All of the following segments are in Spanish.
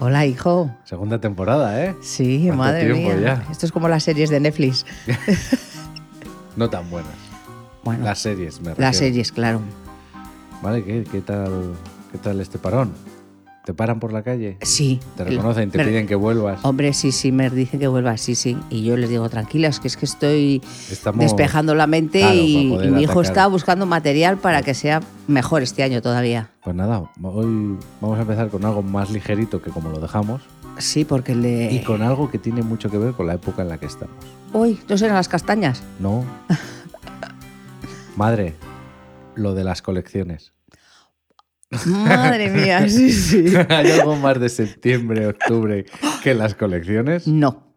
Hola, hijo. Segunda temporada, ¿eh? Sí, ¿Cuánto madre tiempo mía. ya? Esto es como las series de Netflix. No tan buenas. Bueno, Las series, me refiero. las series, claro. Vale, ¿qué, qué tal, ¿qué tal este parón? ¿Te paran por la calle? Sí. ¿Te reconocen? ¿Te Me- piden que vuelvas? Hombre, sí, sí, me dicen que vuelva, sí, sí. Y yo les digo, tranquilas, que es que estoy Estamos- despejando la mente Claro, y, para poder y mi hijo atacar. está buscando material para que sea mejor este año todavía. Pues nada, hoy vamos a empezar con algo más ligerito que como lo dejamos Sí, porque el de... y con algo que tiene mucho que ver con la época en la que estamos. Uy, no serán las castañas. No. Madre, lo de las colecciones. Madre mía, sí, sí. ¿Hay algo más de septiembre, octubre que las colecciones? No,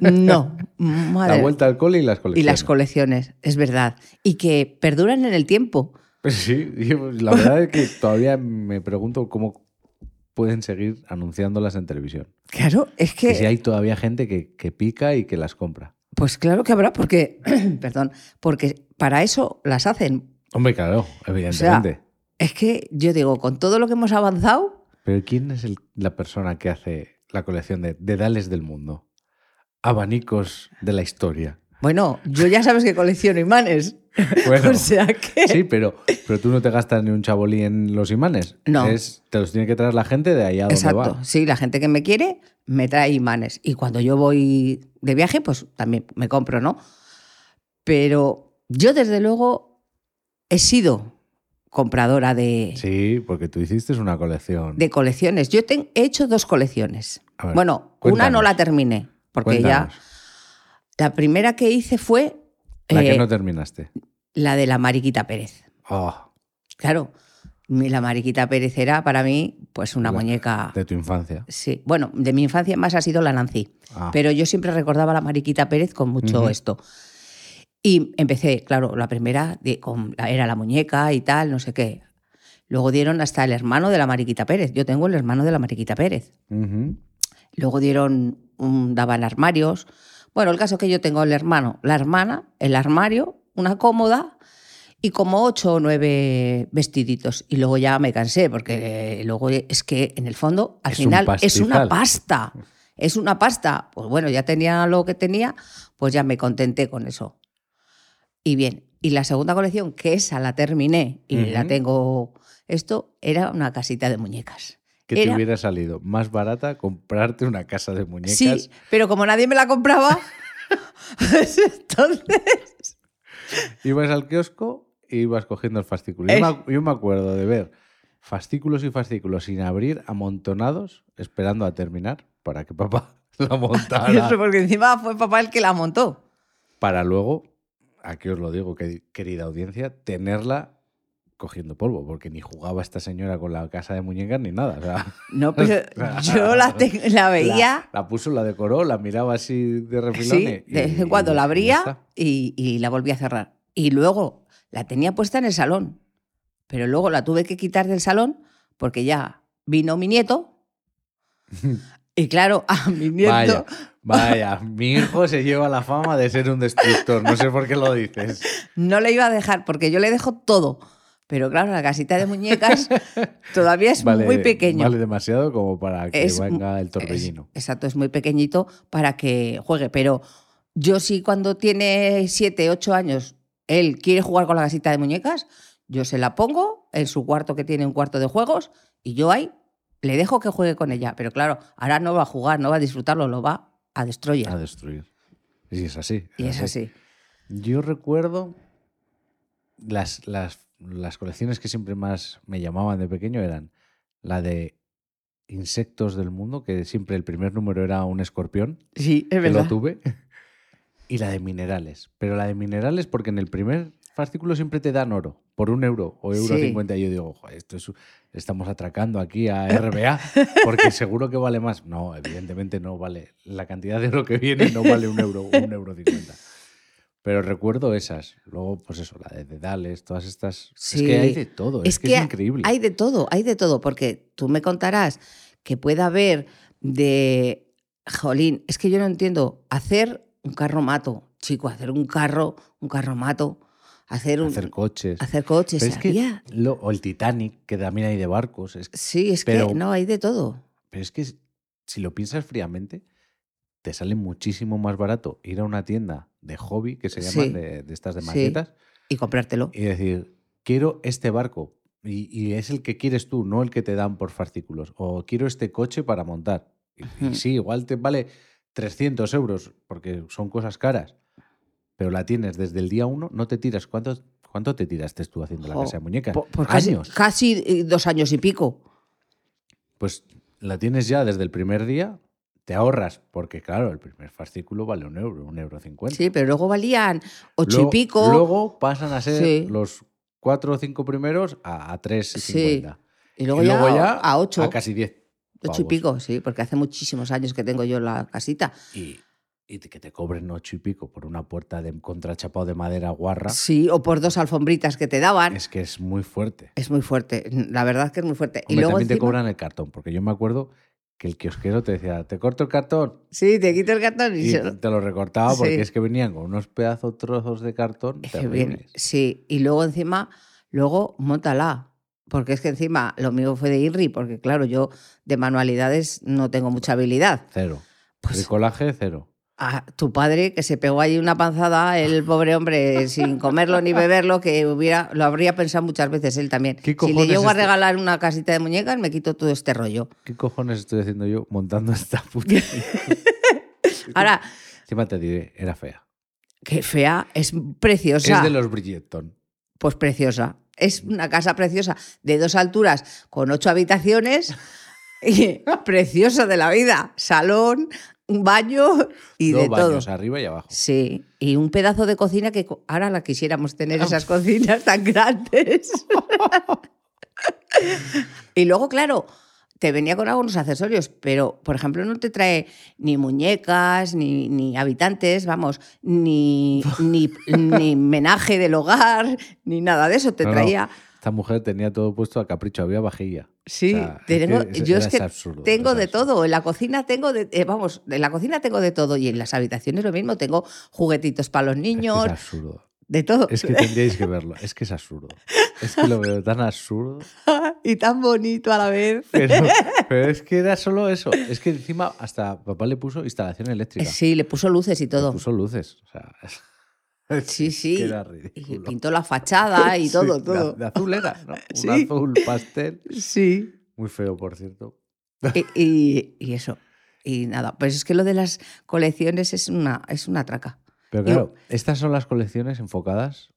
no, La madre. vuelta al cole y las y colecciones. las colecciones, es verdad. Y que perduran en el tiempo. Pues sí, yo- la verdad es que todavía me pregunto cómo pueden seguir anunciándolas en televisión. Claro, es que... Y si hay todavía gente que, que pica y que las compra. Pues claro que habrá, porque... perdón, porque para eso las hacen. Hombre, claro, evidentemente. Es que yo digo, con todo lo que hemos avanzado, Pero ¿quién es el- la persona que hace la colección de dedales del mundo? Abanicos de la historia. bueno, yo ya sabes que colecciono imanes. Bueno, o sea que... sí, pero, pero tú no te gastas ni un chabolí en los imanes. No. Es- te los tiene que traer la gente de ahí a donde Exacto, va. sí, la gente que me quiere me trae imanes. Y cuando yo voy de viaje, pues también me compro, ¿no? Pero yo desde luego he sido compradora de, Sí, porque tú hiciste una colección. de colecciones. Yo ten- he hecho dos colecciones. A ver, bueno, una no cuéntanos. la terminé, porque Cuéntanos, ya la primera que hice fue La eh, que no terminaste. la de la Mariquita Pérez. Oh, Claro, mi- la Mariquita Pérez era para mí pues una La- muñeca... de tu infancia. Sí, bueno, de mi infancia más ha sido la Nancy. Ah, Pero yo siempre recordaba a la Mariquita Pérez con mucho Ujú. esto. Y empecé, claro, la primera de- con la- era la muñeca y tal, no sé qué. Luego dieron hasta el hermano de la Mariquita Pérez. Yo tengo el hermano de la Mariquita Pérez. ujú. Luego dieron, un- daban armarios. Bueno, el caso es que yo tengo el hermano, la hermana, el armario, una cómoda y como ocho o nueve vestiditos. Y luego ya me cansé, porque eh, luego es que en el fondo, al Es un final, es pastizal. una pasta. Es una pasta. Pues bueno, ya tenía lo que tenía, pues ya me contenté con eso. Y bien, y la segunda colección, que esa la terminé y la Ujú. tengo, esto era una casita de muñecas. Que te Era- hubiera salido más barata comprarte una casa de muñecas. Sí, pero como nadie me la compraba, pues entonces. Ibas al kiosco e ibas cogiendo el fascículo. Yo, Es- me, ac- yo me acuerdo de ver fascículos y fascículos sin abrir, amontonados, esperando a terminar para que papá la Eso montara. porque encima fue papá el que la montó. para luego, aquí os lo digo, que- querida audiencia, tenerla cogiendo polvo, porque ni jugaba esta señora con la casa de muñecas ni nada. o sea, No, pero yo la, te- la veía. la, la puso, la decoró, la miraba así de refilón. sí, y- de vez en y- cuando y la ya abría está. y, y la volví a cerrar. Y luego la tenía puesta en el salón. Pero luego la tuve que quitar del salón porque ya vino mi nieto. Y claro, a mi nieto. Vaya, vaya, mi hijo se lleva la fama de ser un destructor. No sé por qué lo dices. No le iba a dejar, porque yo le dejo todo. Pero claro, la casita de muñecas todavía es Vale- muy pequeño. Vale demasiado como para que Es- venga el Es- torbellino. exacto, es muy pequeñito para que juegue. Pero yo sí, cuando tiene 7, 8 años, él quiere jugar con la casita de muñecas, yo se la pongo en su cuarto que tiene un cuarto de juegos y yo ahí le dejo que juegue con ella. Pero claro, ahora no va a jugar, no va a disfrutarlo, lo va a destruir. A destruir. Y es así. y es así. Yo recuerdo las, las, las colecciones que siempre más me llamaban de pequeño eran la de insectos del mundo, que siempre el primer número era un escorpión, Sí, es que lo verdad. tuve, y la de minerales. Pero la de minerales porque en el primer fascículo siempre te dan oro, por un euro o euro Sí. cincuenta. Y yo digo, "Joder, esto es, estamos atracando aquí a RBA, porque seguro que vale más. No, evidentemente no vale. La cantidad de oro que viene no vale un euro, un euro cincuenta. Pero recuerdo esas. Luego, pues eso, la de Dedales, todas estas. Es Sí. que hay de todo, Pues es, que, es increíble. Hay de todo, hay de todo, porque tú me contarás que pueda haber de. Jolín, es que yo no entiendo. Hacer un carro mato, chico, hacer un carro, un carro mato, hacer un. Hacer coches. hacer coches, Pero es que había. lo- o el Titanic, que también hay de barcos. Es Sí, es Pero- que no, hay de todo. Pero es que es- si lo piensas fríamente, te sale muchísimo más barato ir a una tienda de hobby, que se llaman Sí. de, de estas de Sí. maquetas, y comprártelo. y decir, quiero este barco. Y, y es el que quieres tú, no el que te dan por fascículos. O quiero este coche para montar. Y, y Ujú. sí, igual te vale 300 euros, porque son cosas caras. Pero la tienes desde el día uno, no te tiras. ¿Cuánto, cuánto te tiraste tú haciendo la Jo, casa de muñecas? Por, por casi, Años. casi eh, dos años y pico. Pues la tienes ya desde el primer día, te ahorras, porque claro, el primer fascículo vale un euro, un euro cincuenta. Sí, pero luego valían ocho Luego- y pico. Luego pasan a ser Sí. los cuatro o cinco primeros a, a tres y Sí. cincuenta. y luego, Y ya, a ocho. A casi diez. ocho y pavos. pico, sí, porque hace muchísimos años que tengo yo la casita. Y, y que te cobren ocho y pico por una puerta de contrachapado de madera guarra, Sí, o por dos alfombritas que te daban. ¿Ah? Es, es que es muy fuerte. muy fuerte, la verdad es que es muy fuerte. y Hombre, luego también te encima- cobran el cartón, porque yo me acuerdo que el kiosquero te decía, te corto el cartón, Sí, te quito el cartón y, Y se- te lo recortaba porque Sí. es que venían con unos pedazos trozos de cartón Es que bien, terribles. sí, y luego encima, luego montala. Porque es que encima lo mío fue de IRRI, porque claro, yo de manualidades no tengo mucha habilidad. Cero. Pues- Bricolaje, cero. A tu padre, que se pegó ahí una panzada, el pobre hombre, sin comerlo ni beberlo, que hubiera, lo habría pensado muchas veces él también. ¿Qué Si le cojones llego a este? regalar una casita de muñecas, me quito todo este rollo. ¿Qué cojones estoy haciendo yo montando esta puta? Ahora, Encima te diré, era fea. qué fea, es preciosa. es de los Bridgeton. Pues preciosa. Es una casa preciosa de dos alturas con ocho habitaciones. y preciosa de la vida. Salón, un baño y Dos de todo. baños, arriba y abajo. Sí, y un pedazo de cocina que co- ahora la quisiéramos tener esas cocinas tan grandes. y luego, claro, te venía con algunos accesorios, pero por ejemplo no te trae ni muñecas, ni, ni habitantes, vamos, ni, ni, ni menaje del hogar, ni nada de eso. Te No, no. traía... Esta mujer tenía todo puesto a capricho, había vajilla. Sí, O sea, es tengo- que es- yo es es que absurdo, tengo es de absurdo. todo. En la cocina tengo de, eh, vamos, en la cocina tengo de todo y en las habitaciones lo mismo. Tengo juguetitos para los Es que niños, es absurdo. de todo. Es que tendríais que verlo. Es que es absurdo. Es que lo veo tan absurdo. y tan bonito a la vez. Pero, pero es que era solo eso. Es que encima hasta papá le puso instalación eléctrica. Eh, Sí, le puso luces y Le todo. puso luces. O sea, Sí, sí. que era Y ridículo. pintó la fachada y todo, Sí, de todo. az- De, azul era, ¿no? Sí. Un azul pastel. Sí. Muy feo, por cierto. Y, y- y eso. Y nada, pues es que lo de las colecciones es una, es una traca. Pero Yo- claro, estas son las colecciones enfocadas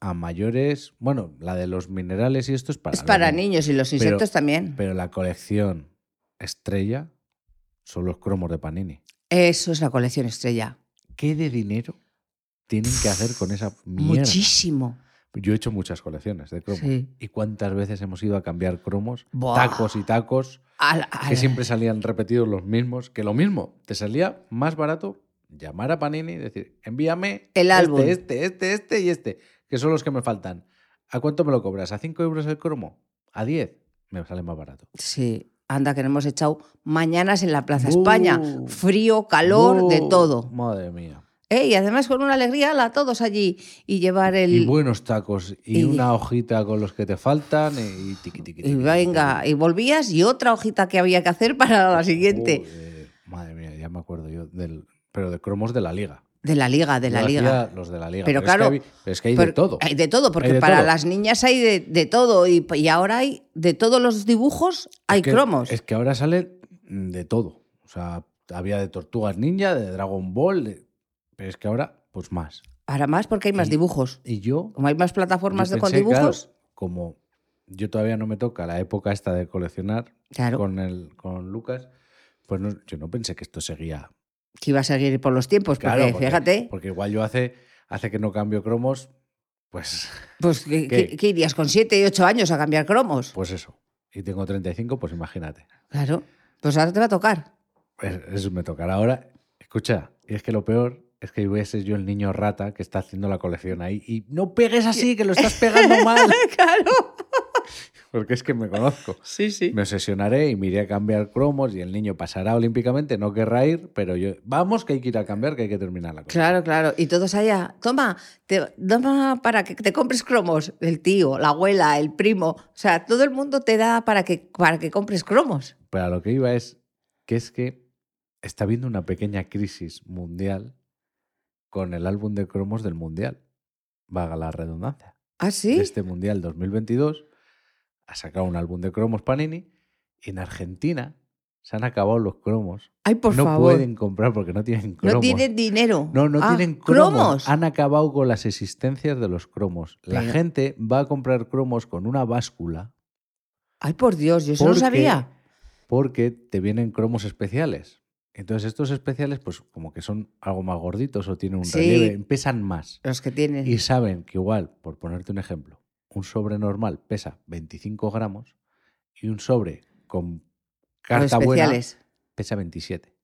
a mayores. Bueno, la de los minerales y esto es para, es para los niños y los Pero- insectos también. Pero la colección estrella son los cromos de Panini. Eso es la colección estrella. ¿Qué de dinero tienen que hacer con esa mierda? Muchísimo. Yo he hecho muchas colecciones de cromos. Sí. ¿Y cuántas veces hemos ido a cambiar cromos? Buah. Tacos y tacos. Al- al- que siempre salían repetidos los mismos, que lo mismo, te salía más barato llamar a Panini y decir, envíame El este, álbum. este, este, este y este, que son los que me faltan. ¿A cuánto me lo cobras? ¿A 5 euros el cromo? ¿A 10? Me sale más barato. Sí. Anda, que nos hemos echado mañanas en la Plaza Buh. España. Frío, calor, de ¡Oh! todo. Madre mía. Eh, Y además con una alegría a todos allí y llevar el... Y buenos tacos, y, y- una hojita con los que te faltan, y, y tiqui, tiqui, Y tiqui, venga, y volvías y otra hojita que había que hacer para la tiqui. siguiente. Joder, eh, madre mía, ya me acuerdo yo, del, pero de cromos de la liga. De la liga, de Yo la hacía liga. Los de la liga. Pero es que claro, habí- pero es que hay de Pero- todo. Hay de todo, porque de para todo. las niñas hay de, de todo y, y ahora hay de todos los dibujos, hay que- cromos. Es que ahora sale de todo. O sea, había de Tortugas Ninja, de Dragon Ball, de- pero es que ahora, pues más. Ahora más porque hay más Y- dibujos. Y yo. Como hay más plataformas yo de- con pensé, claro, dibujos, como yo todavía no me toca la época esta de coleccionar claro, con, el, con Lucas, pues no- yo no pensé que esto seguía. que iba a seguir por los tiempos, Claro, porque, fíjate, Porque igual yo hace, hace que no cambio cromos, pues, pues que, ¿qué? que- que irías con 7 y 8 años a cambiar cromos. pues eso. Y tengo 35, pues imagínate. Claro, pues ahora te va a tocar. Pues Eso me tocará ahora. Escucha, y es que lo peor es que voy a ser yo el niño rata que está haciendo la colección ahí. Y no pegues así, que lo estás pegando mal. claro. Porque es que me conozco. Sí, sí. Me obsesionaré y me iré a cambiar cromos y el niño pasará olímpicamente, no querrá ir, pero yo... Vamos, que hay que ir a cambiar, que hay que terminar la colección. Claro, claro. Y todos allá, toma, te, toma para que te compres cromos. El tío, la abuela, el primo. O sea, todo el mundo te da para que, para que compres cromos. Pero a lo que iba es, que es que está habiendo una pequeña crisis mundial con el álbum de cromos del mundial. Vaga la redundancia. ¿Ah, sí? De este mundial 2022 ha sacado un álbum de cromos Panini y en Argentina se han acabado los cromos. Ay, por no favor. pueden comprar porque no tienen cromos. no tienen dinero. No, no Ah, tienen cromos. Han acabado con las existencias de los cromos. La Pero- gente va a comprar cromos con una báscula Ay, por Dios, yo eso no Porque- sabía. porque te vienen cromos especiales. Entonces estos especiales, pues como que son algo más gorditos o tienen un Sí. relieve, pesan más. Los que tienen. Y saben que igual, por ponerte un ejemplo, un sobre normal pesa 25 gramos y un sobre con los carta buena especiales. pesa 27.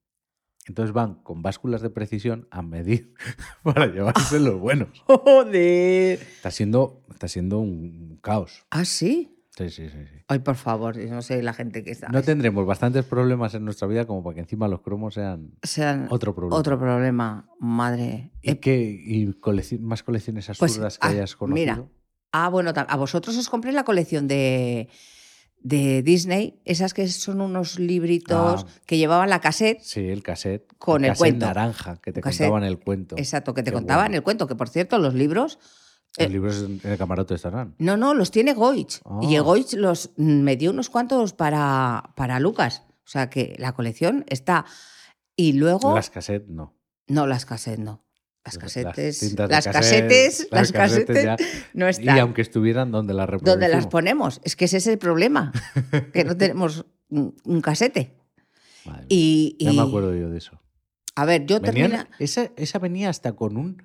Entonces van con básculas de precisión a medir para llevarse los buenos. Joder. Está siendo, está siendo un caos. ¿Ah, sí? Sí, sí, sí, sí. Ay, por favor, yo no sé la gente que está. No tendremos bastantes problemas en nuestra vida como para que encima los cromos sean Sean Ah, otro otro problema. problema. madre. ¿Y, Eh, qué, y colec- más colecciones Pues, absurdas que ah, hayas conocido? mira. ah, bueno, ta- a vosotros os compré la colección de, de Disney, esas que son unos libritos Ah. que llevaban la cassette, Sí, el cassette. Con el cassette cuento. naranja, que te Un cassette. contaban el cuento. exacto, que te Qué contaban bueno. el cuento, que por cierto, los libros. eh, Los libros en en el camarote estarán. No, no, los tiene Goich. Ah. Y el Goich los, mm, me dio unos cuantos para, para Lucas. O sea que la colección está. Y luego. Las cassettes no. No, las cassettes no. Las tintas casetes. de Las, cassette, casetes. Las cassettes casetes. ya. No Y están. aunque estuvieran donde las reproducimos. ¿Dónde las ponemos? Es que ese es el problema. que no tenemos un, un casete. Madre mía, Y. Ya me y- acuerdo yo de eso. A ver, yo Venían- termina. esa, esa venía hasta con un,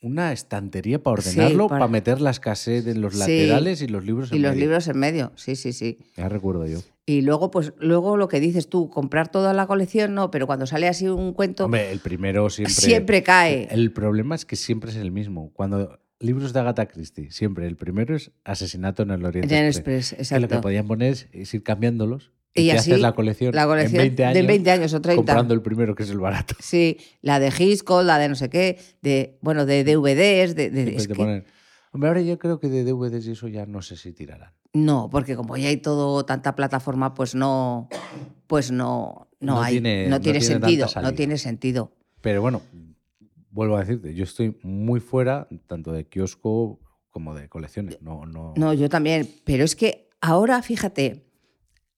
una estantería para ordenarlo, para- para... meter las cassettes en los Sí. laterales y los libros Y en los medio. libros en medio. Sí, sí, sí. Ya recuerdo yo. Y luego, pues, luego lo que dices tú, comprar toda la colección, no, pero cuando sale así un cuento, Hombre, el primero siempre... siempre cae. El problema es que siempre es el mismo. Cuando libros de Agatha Christie, siempre el primero es Asesinato en el Oriente En el Express. Express, Que lo que exacto. podían poner es- es ir cambiándolos Y y, te así, haces la colección, La colección en 20 años, de 20 años o 30. comprando el primero que es el barato. Sí, la de Hitchcock, la de no sé qué, de bueno, de DVDs, de, de- En vez es de que- poner- Hombre, ahora yo creo que de DVDs y eso ya no sé si tirarán. no, porque como ya hay todo tanta plataforma, pues no pues no no, No hay tiene- no no tiene, tiene tanta sentido, no salida. tiene sentido. Pero bueno, vuelvo a decirte, yo estoy muy fuera tanto de kiosco como de colecciones. No, no, No, yo también, pero es que ahora fíjate,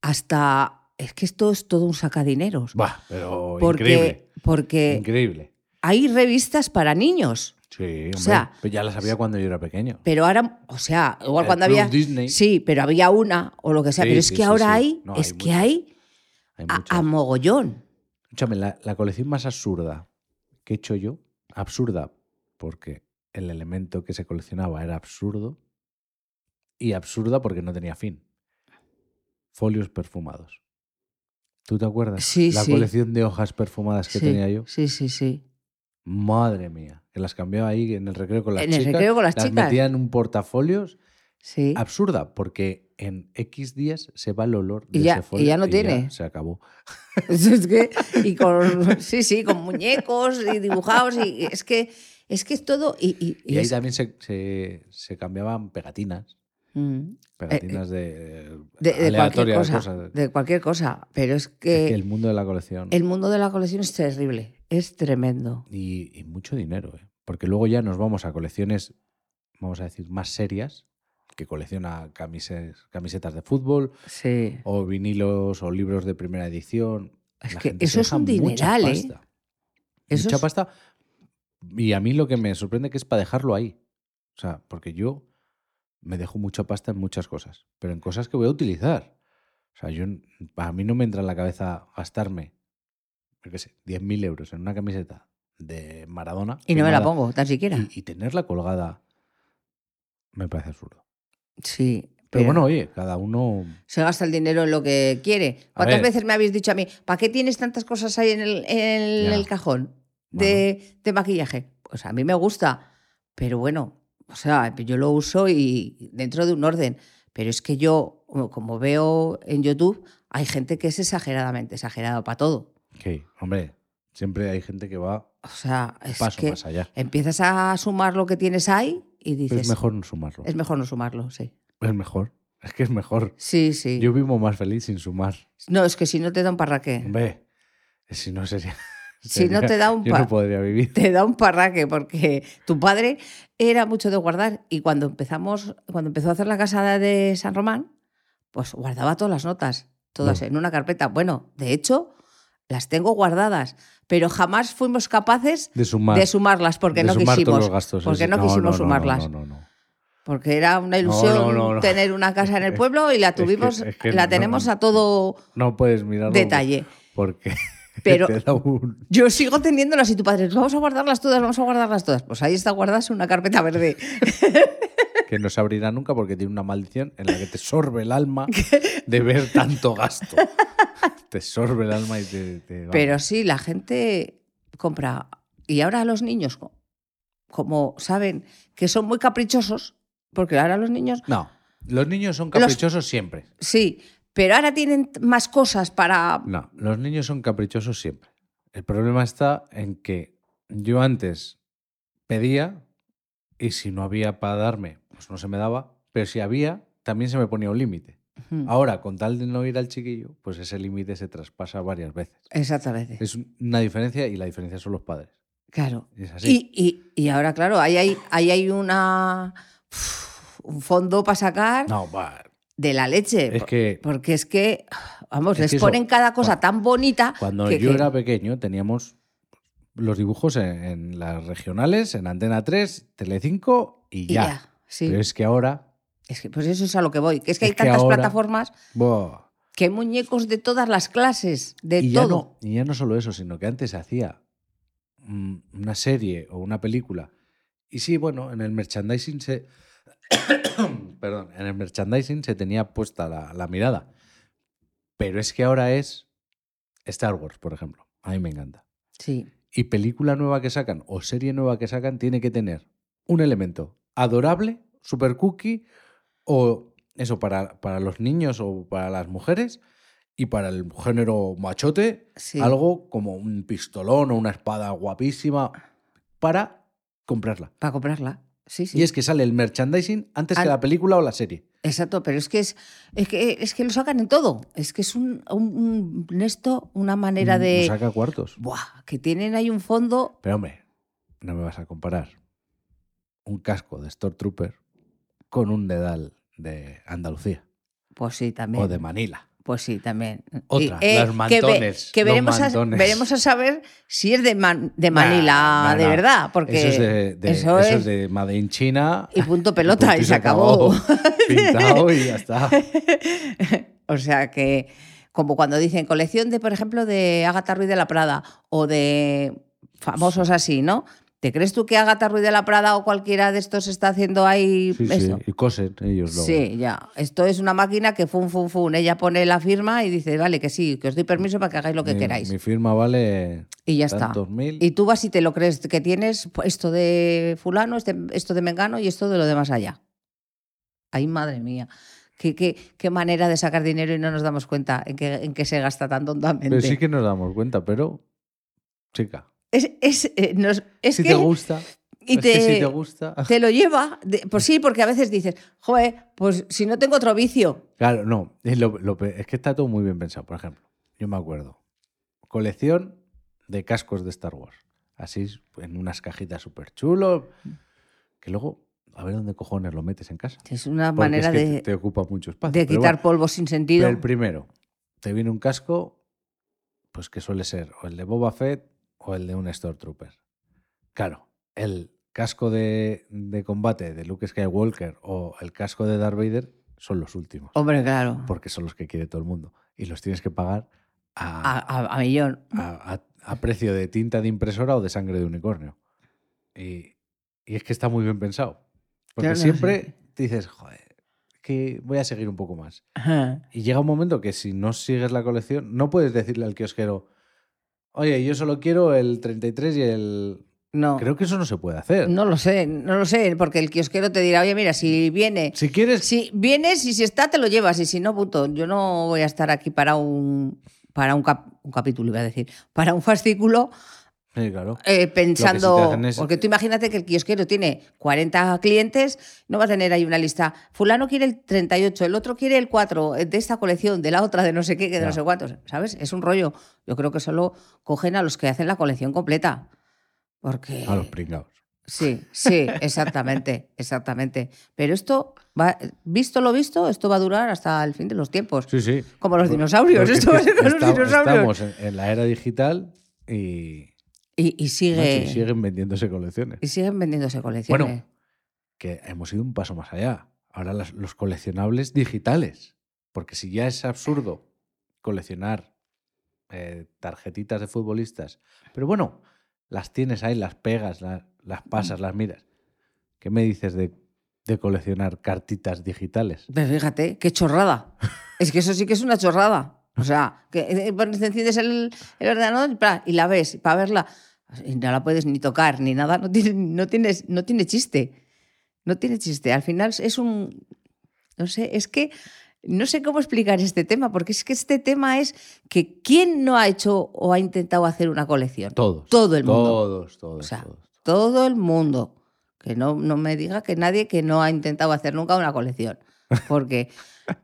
hasta es que esto es todo un sacadineros, Bah, pero porque eh, increíble. porque Increíble. hay revistas para niños, Sí, hombre. sea, pues ya las había cuando yo era pequeño. pero ahora, o sea, igual El cuando Club había Eh, Disney. Sí, pero había una o lo que sea, Sí, pero es sí, sí, que ahora sí. hay No, hay es que muchas. hay Hay a- muchas. a mogollón. Escúchame, la, la colección más absurda que he hecho yo, absurda porque el elemento que se coleccionaba era absurdo y absurda porque no tenía fin. Folios perfumados. ¿Tú te acuerdas? Sí, la sí. colección de hojas perfumadas que sí, tenía yo. Sí, sí, sí. Madre mía, que las cambiaba ahí en el recreo con las En el chicas. recreo con las chicas. metía en un portafolios. sí. Absurda, porque en X días se va el olor de Y ya- ese y folio ya no tiene. se acabó. Es que- y con, sí, sí, con muñecos y dibujados. Y, y es que es que es todo. Y, y- y Y ahí es- también se- se- se cambiaban pegatinas. Mm. Pegatinas de, eh, de, de cualquier aleatorias, cosa, cosas. De cualquier cosa. Pero es Es que que el mundo de la colección. el mundo de la colección es terrible. Es tremendo. Y, y mucho dinero, ¿eh? porque luego ya nos vamos a colecciones, vamos a decir, más serias, que colecciona camises- camisetas de fútbol Sí. o vinilos o libros de primera edición. Es La que gente se eso es deja un mucha dineral, ¿eh? pasta. Eso mucha es- pasta. Y a mí lo que me sorprende que es para dejarlo ahí. O sea, porque yo me dejo mucha pasta en muchas cosas, pero en cosas que voy a utilizar. O sea, yo, n- a mí no me entra en la cabeza gastarme, yo qué sé, 10.000 euros en una camiseta de Maradona. Y no me la firmada pongo, tan siquiera. Y, y tenerla colgada me parece absurdo. sí. Pero bueno, oye, cada uno... se gasta el dinero en lo que quiere. A ¿Cuántas ver. veces me habéis dicho a mí, ¿para qué tienes tantas cosas ahí en el, en Ya. el cajón de, de maquillaje? Pues a mí me gusta, pero bueno, o sea, yo lo uso y dentro de un orden. Pero es que yo, como veo en YouTube, hay gente que es exageradamente exagerada para todo. que, hombre, siempre hay gente que va O sea, es paso que más allá. empiezas a sumar lo que tienes ahí y Pero dices, es mejor no sumarlo. "Es mejor no sumarlo, sí. Es mejor. Es que es mejor. Sí, sí. Yo vivo más feliz sin sumar. No, es que si no te da un parraque. Hombre, eh, si no sería. Si no sería- te da un Yo no pa- podría vivir. Te da un parraque porque tu padre era mucho de guardar y cuando empezamos, cuando empezó a hacer la casada de San Román, pues guardaba todas las notas, todas No. en una carpeta. Bueno, de hecho, las tengo guardadas, pero jamás fuimos capaces De sumar. de sumarlas porque de no sumar quisimos. Todos los gastos, porque sí. no quisimos no, no, sumarlas. No, no, no. Porque era una ilusión No, no, no. tener una casa en el pueblo y la Es que- tuvimos, es que la no, tenemos no. a todo No puedes mirarlo. detalle. Porque Pero- te da un. Yo sigo teniéndolas y tu padre, vamos a guardarlas todas, vamos a guardarlas todas. Pues ahí está guardadas en una carpeta verde. que no se abrirá nunca porque tiene una maldición en la que te sorbe el alma de ver tanto gasto. te sorbe el alma y te. te- vamos. Pero sí, la gente compra. Y ahora los niños, co- como saben que son muy caprichosos, porque ahora los niños, No. Los niños son Los- caprichosos siempre. sí, pero ahora tienen más cosas para... No, los niños son caprichosos siempre. El problema está en que yo antes pedía y si no había para darme, pues no se me daba, pero si había, también se me ponía un límite. Ujú, Ahora, con tal de no ir al chiquillo, pues ese límite se traspasa varias veces. Exactamente. Es una diferencia y la diferencia son los padres. Claro. Y Es así. Y, y- y ahora, claro, ahí hay, ahí hay una... Un fondo para sacar No, va, de la leche. es que Porque es que, vamos, Es les que eso- ponen cada cosa cua- tan bonita. Cuando que- yo que- era pequeño teníamos los dibujos en, en las regionales, en Antena 3, Telecinco y y ya. sí. Pero es que ahora... Es que, pues eso es a lo que voy. Que es que Es hay que tantas ahora- plataformas buah, que hay muñecos de todas las clases, de y, ya todo. no, y ya no solo eso, sino que antes se hacía mm, una serie o una película. Y sí, bueno, en el merchandising se... perdón, en el merchandising se tenía puesta la, la mirada. Pero es que ahora es Star Wars, por ejemplo. A mí me encanta. Sí, y película nueva que sacan o serie nueva que sacan tiene que tener un elemento adorable, super cookie o eso para, para los niños o para las mujeres y para el género machote, sí. algo como un pistolón o una espada guapísima para comprarla. Para comprarla. Sí, sí. Y es que sale el merchandising antes Al- que la película o la serie. Exacto, pero es que es, es que es que lo sacan en todo. Es que es un, un- un esto, una manera Mm, de. no saca cuartos. Buah, que tienen ahí un fondo. Pero hombre, no me vas a comparar un casco de Stormtrooper con un dedal de Andalucía. Pues sí, también. o de Manila. Pues sí, también. Otra, Y, eh, los que ve- mantones, Que, los veremos, mantones. A, veremos a saber si es de, Man- de Nah, Manila, nah, de nah. verdad. Porque eso es de, de- eso eso es- es de Made in China. Y punto pelota, punto y se acabó. Pintado y ya está. O sea que, como cuando dicen colección de, por ejemplo, de Agatha Ruiz de la Prada o de famosos así, ¿no? ¿Te crees tú que Agatha Ruiz de la Prada o cualquiera de estos está haciendo ahí Sí, pues sí, eso? Y cosen ellos luego. Sí, ya. Esto es una máquina que fun, fun, fun. Ella pone la firma y dice, vale, que sí, que os doy permiso para que hagáis lo que Mi- queráis. Mi firma vale y ya está. tantos mil. Y tú vas y te lo crees que tienes "Pues esto de fulano, este- esto de mengano y esto de lo demás allá. Ay, madre mía. Qué, qué, qué manera de sacar dinero y no nos damos cuenta en que, en que se gasta tan tontamente. pero sí que nos damos cuenta, pero chica, Es, es, eh, nos- es si que, te gusta, y es que te- si te gusta. te lo lleva. de- pues sí, porque a veces dices, joder, pues si no tengo otro vicio. Claro, no, es, lo- lo pe- es que está todo muy bien pensado. Por ejemplo, yo me acuerdo, colección de cascos de Star Wars, así en unas cajitas súper chulos, que luego, a ver dónde cojones lo metes en casa. Es una Porque manera es que de, te, te ocupa mucho espacio. de Pero quitar bueno, polvo sin sentido. pero el primero, te viene un casco, pues que suele ser o el de Boba Fett o el de un Stormtrooper. Claro, el casco de, de combate de Luke Skywalker o el casco de Darth Vader son los últimos, Hombre, claro. porque son los que quiere todo el mundo. Y los tienes que pagar A, a, a- a millón. a- a- a precio de tinta de impresora o de sangre de unicornio. Y, y es que está muy bien pensado. Porque Claro, sí. siempre dices, joder, que voy a seguir un poco más. Ajá. Y llega un momento que si no sigues la colección, no puedes decirle al kiosquero, oye, yo solo quiero el 33 y el... No. Creo que eso no se puede hacer. No lo sé, no lo sé, porque el kiosquero te dirá, oye, mira, si viene, Si quieres... si vienes y si está, te lo llevas, y si no, punto. Yo no voy a estar aquí para un para un, cap- un capítulo, iba a decir, para un fascículo Sí, claro. eh, Lo que sí pensando, te hacen es- porque tú imagínate que el kiosquero tiene 40 clientes, no va a tener ahí una lista. Fulano quiere el 38, el otro quiere el 4, eh, de esta colección, de la otra, de no sé qué, que de Ya. no sé cuántos, ¿sabes? Es un rollo. Yo creo que solo cogen a los que hacen la colección completa. Porque... A los pringados. Sí, sí, exactamente, exactamente. Pero esto, va, visto lo visto, esto va a durar hasta el fin de los tiempos. Sí, sí. Como los Por- dinosaurios, porque esto va a ser como los estamos- dinosaurios. Estamos en, en la era digital y, Y, y sigue, macho, y siguen vendiéndose colecciones. y siguen vendiéndose colecciones. Bueno, que hemos ido un paso más allá. Ahora las- los coleccionables digitales. Porque si ya es absurdo coleccionar eh, tarjetitas de futbolistas, pero bueno, las tienes ahí, las pegas, la- las pasas, las miras. ¿Qué me dices de, de coleccionar cartitas digitales? Pero fíjate, qué chorrada. Es que eso sí que es una chorrada. O sea, que eh, pones- enciendes el, el ordenador y pra, y la ves, para verla. Y no la puedes ni tocar ni nada. No tiene, no, tienes, no tiene chiste. No tiene chiste. Al final es un. No sé, es que. No sé cómo explicar este tema, porque es que este tema es que ¿quién no ha hecho o ha intentado hacer una colección? Todos. Todo el mundo. Todos, todos, O sea, todos. Todo el mundo. Que no, no me diga que nadie que no ha intentado hacer nunca una colección. Porque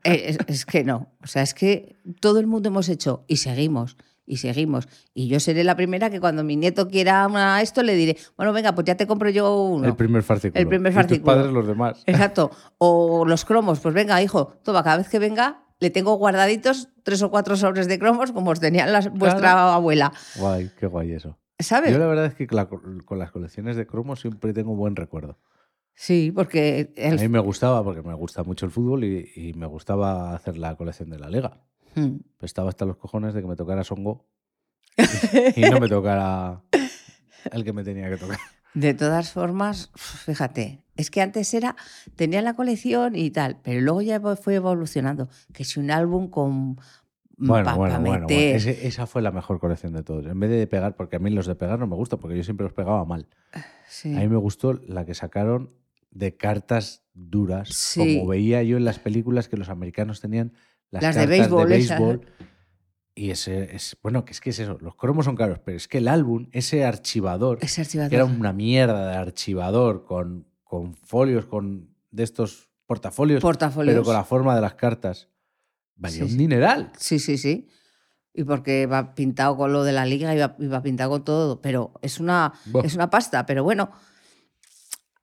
eh, es, es que no. O sea, es que todo el mundo hemos hecho y seguimos. Y seguimos. Y yo seré la primera que cuando mi nieto quiera una- esto le diré, bueno, venga, pues ya te compro yo uno. El primer fascículo. El primer Y tus fascículo. padres los demás. Exacto. O los cromos, pues venga, hijo, toma, cada vez que venga le tengo guardaditos tres o cuatro sobres de cromos como os tenía las- vuestra abuela. Guay, qué guay eso. ¿Sabes? Yo la verdad es que la- con las colecciones de cromos siempre tengo un buen recuerdo. Sí, porque A mí el... me gustaba, porque me gusta mucho el fútbol y, y me gustaba hacer la colección de la liga. Hmm. Pero estaba hasta los cojones de que me tocara Songo y no me tocara el que me tenía que tocar. De todas formas, fíjate, es que antes era, tenía la colección y tal, pero luego ya evo- fue evolucionando. Que si un álbum con mm, Bueno, pa- bueno, pa bueno. bueno. meter, Ese- esa fue la mejor colección de todos. En vez de pegar, porque a mí los de pegar no me gusta, porque yo siempre los pegaba mal. sí. A mí me gustó la que sacaron de cartas duras, Sí. como veía yo en las películas que los americanos tenían las, Las de cartas béisbol, esas. béisbol. Y ese es, bueno, que es que es eso, los cromos son caros, pero es que el álbum, ese archivador, Ese archivador. que era una mierda de archivador con, con folios, con de estos portafolios, Portafolios. pero con la forma de las cartas, valía Sí, un sí. dineral. Sí, sí, sí. Y porque va pintado con lo de la liga y va, y va pintado con todo, pero es una, Buah. es una pasta, pero bueno.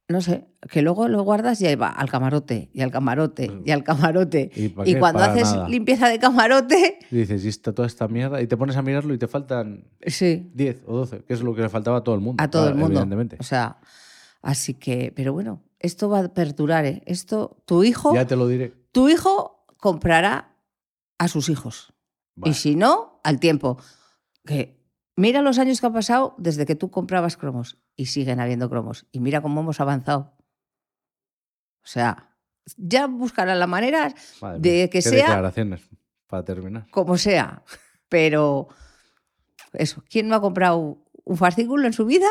No sé, que luego lo guardas y ahí va al camarote, y al camarote, y al camarote. ¿Y para Y Pues qué? cuando Para haces nada. limpieza de camarote, Y dices, ¿y esta, toda esta mierda? Y te pones a mirarlo y te faltan sí, 10 o 12, que es lo que le faltaba a todo el mundo. a todo claro, el mundo. Evidentemente. O sea, así que, pero bueno, esto va a perdurar, ¿eh? Esto, tu hijo, Ya te lo diré. tu hijo comprará a sus hijos. Bueno, Y si no, al tiempo. Que mira los años que han pasado desde que tú comprabas cromos y siguen habiendo cromos. Y mira cómo hemos avanzado. O sea, ya buscarán la manera, madre de mía, que qué sea- declaraciones para terminar. como sea. Pero eso, ¿quién no ha comprado un fascículo en su vida?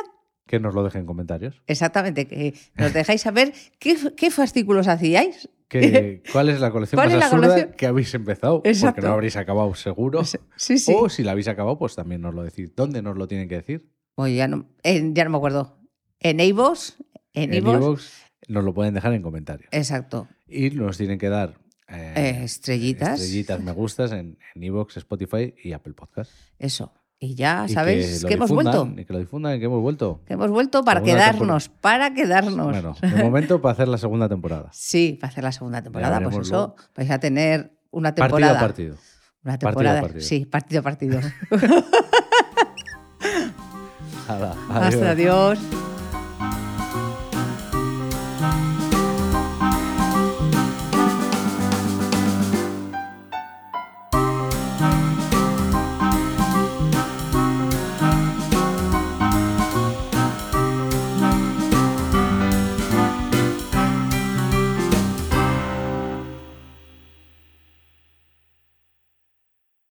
Que nos lo dejen en comentarios. Exactamente, que nos dejáis saber qué, qué fascículos hacíais. Que- ¿Cuál es la colección ¿Cuál más es la absurda colección? que habéis empezado? Exacto. Porque no habréis acabado seguro. Sí, sí. O si la habéis acabado, pues también nos lo decís. ¿Dónde nos lo tienen que decir? Oye, ya no, en- ya no me acuerdo. En Eivos. En en Eivos. iVoox nos lo pueden dejar en comentarios. Exacto. Y nos tienen que dar eh, Eh, estrellitas. estrellitas, me gustas en Evox, Spotify y Apple Podcast. Eso. Y ya Y Ah, sabéis que, lo hemos difundan, vuelto. Y que lo difundan, y que hemos vuelto. Que hemos vuelto para Segunda quedarnos. Para quedarnos. Bueno, de momento para hacer la segunda temporada. Sí, para hacer la segunda temporada. Pues veremos eso, luego. vais a tener una Partido temporada. a partido. Partido Una a temporada. partido. Sí, partido a partido. Hala, Hasta adiós. adiós.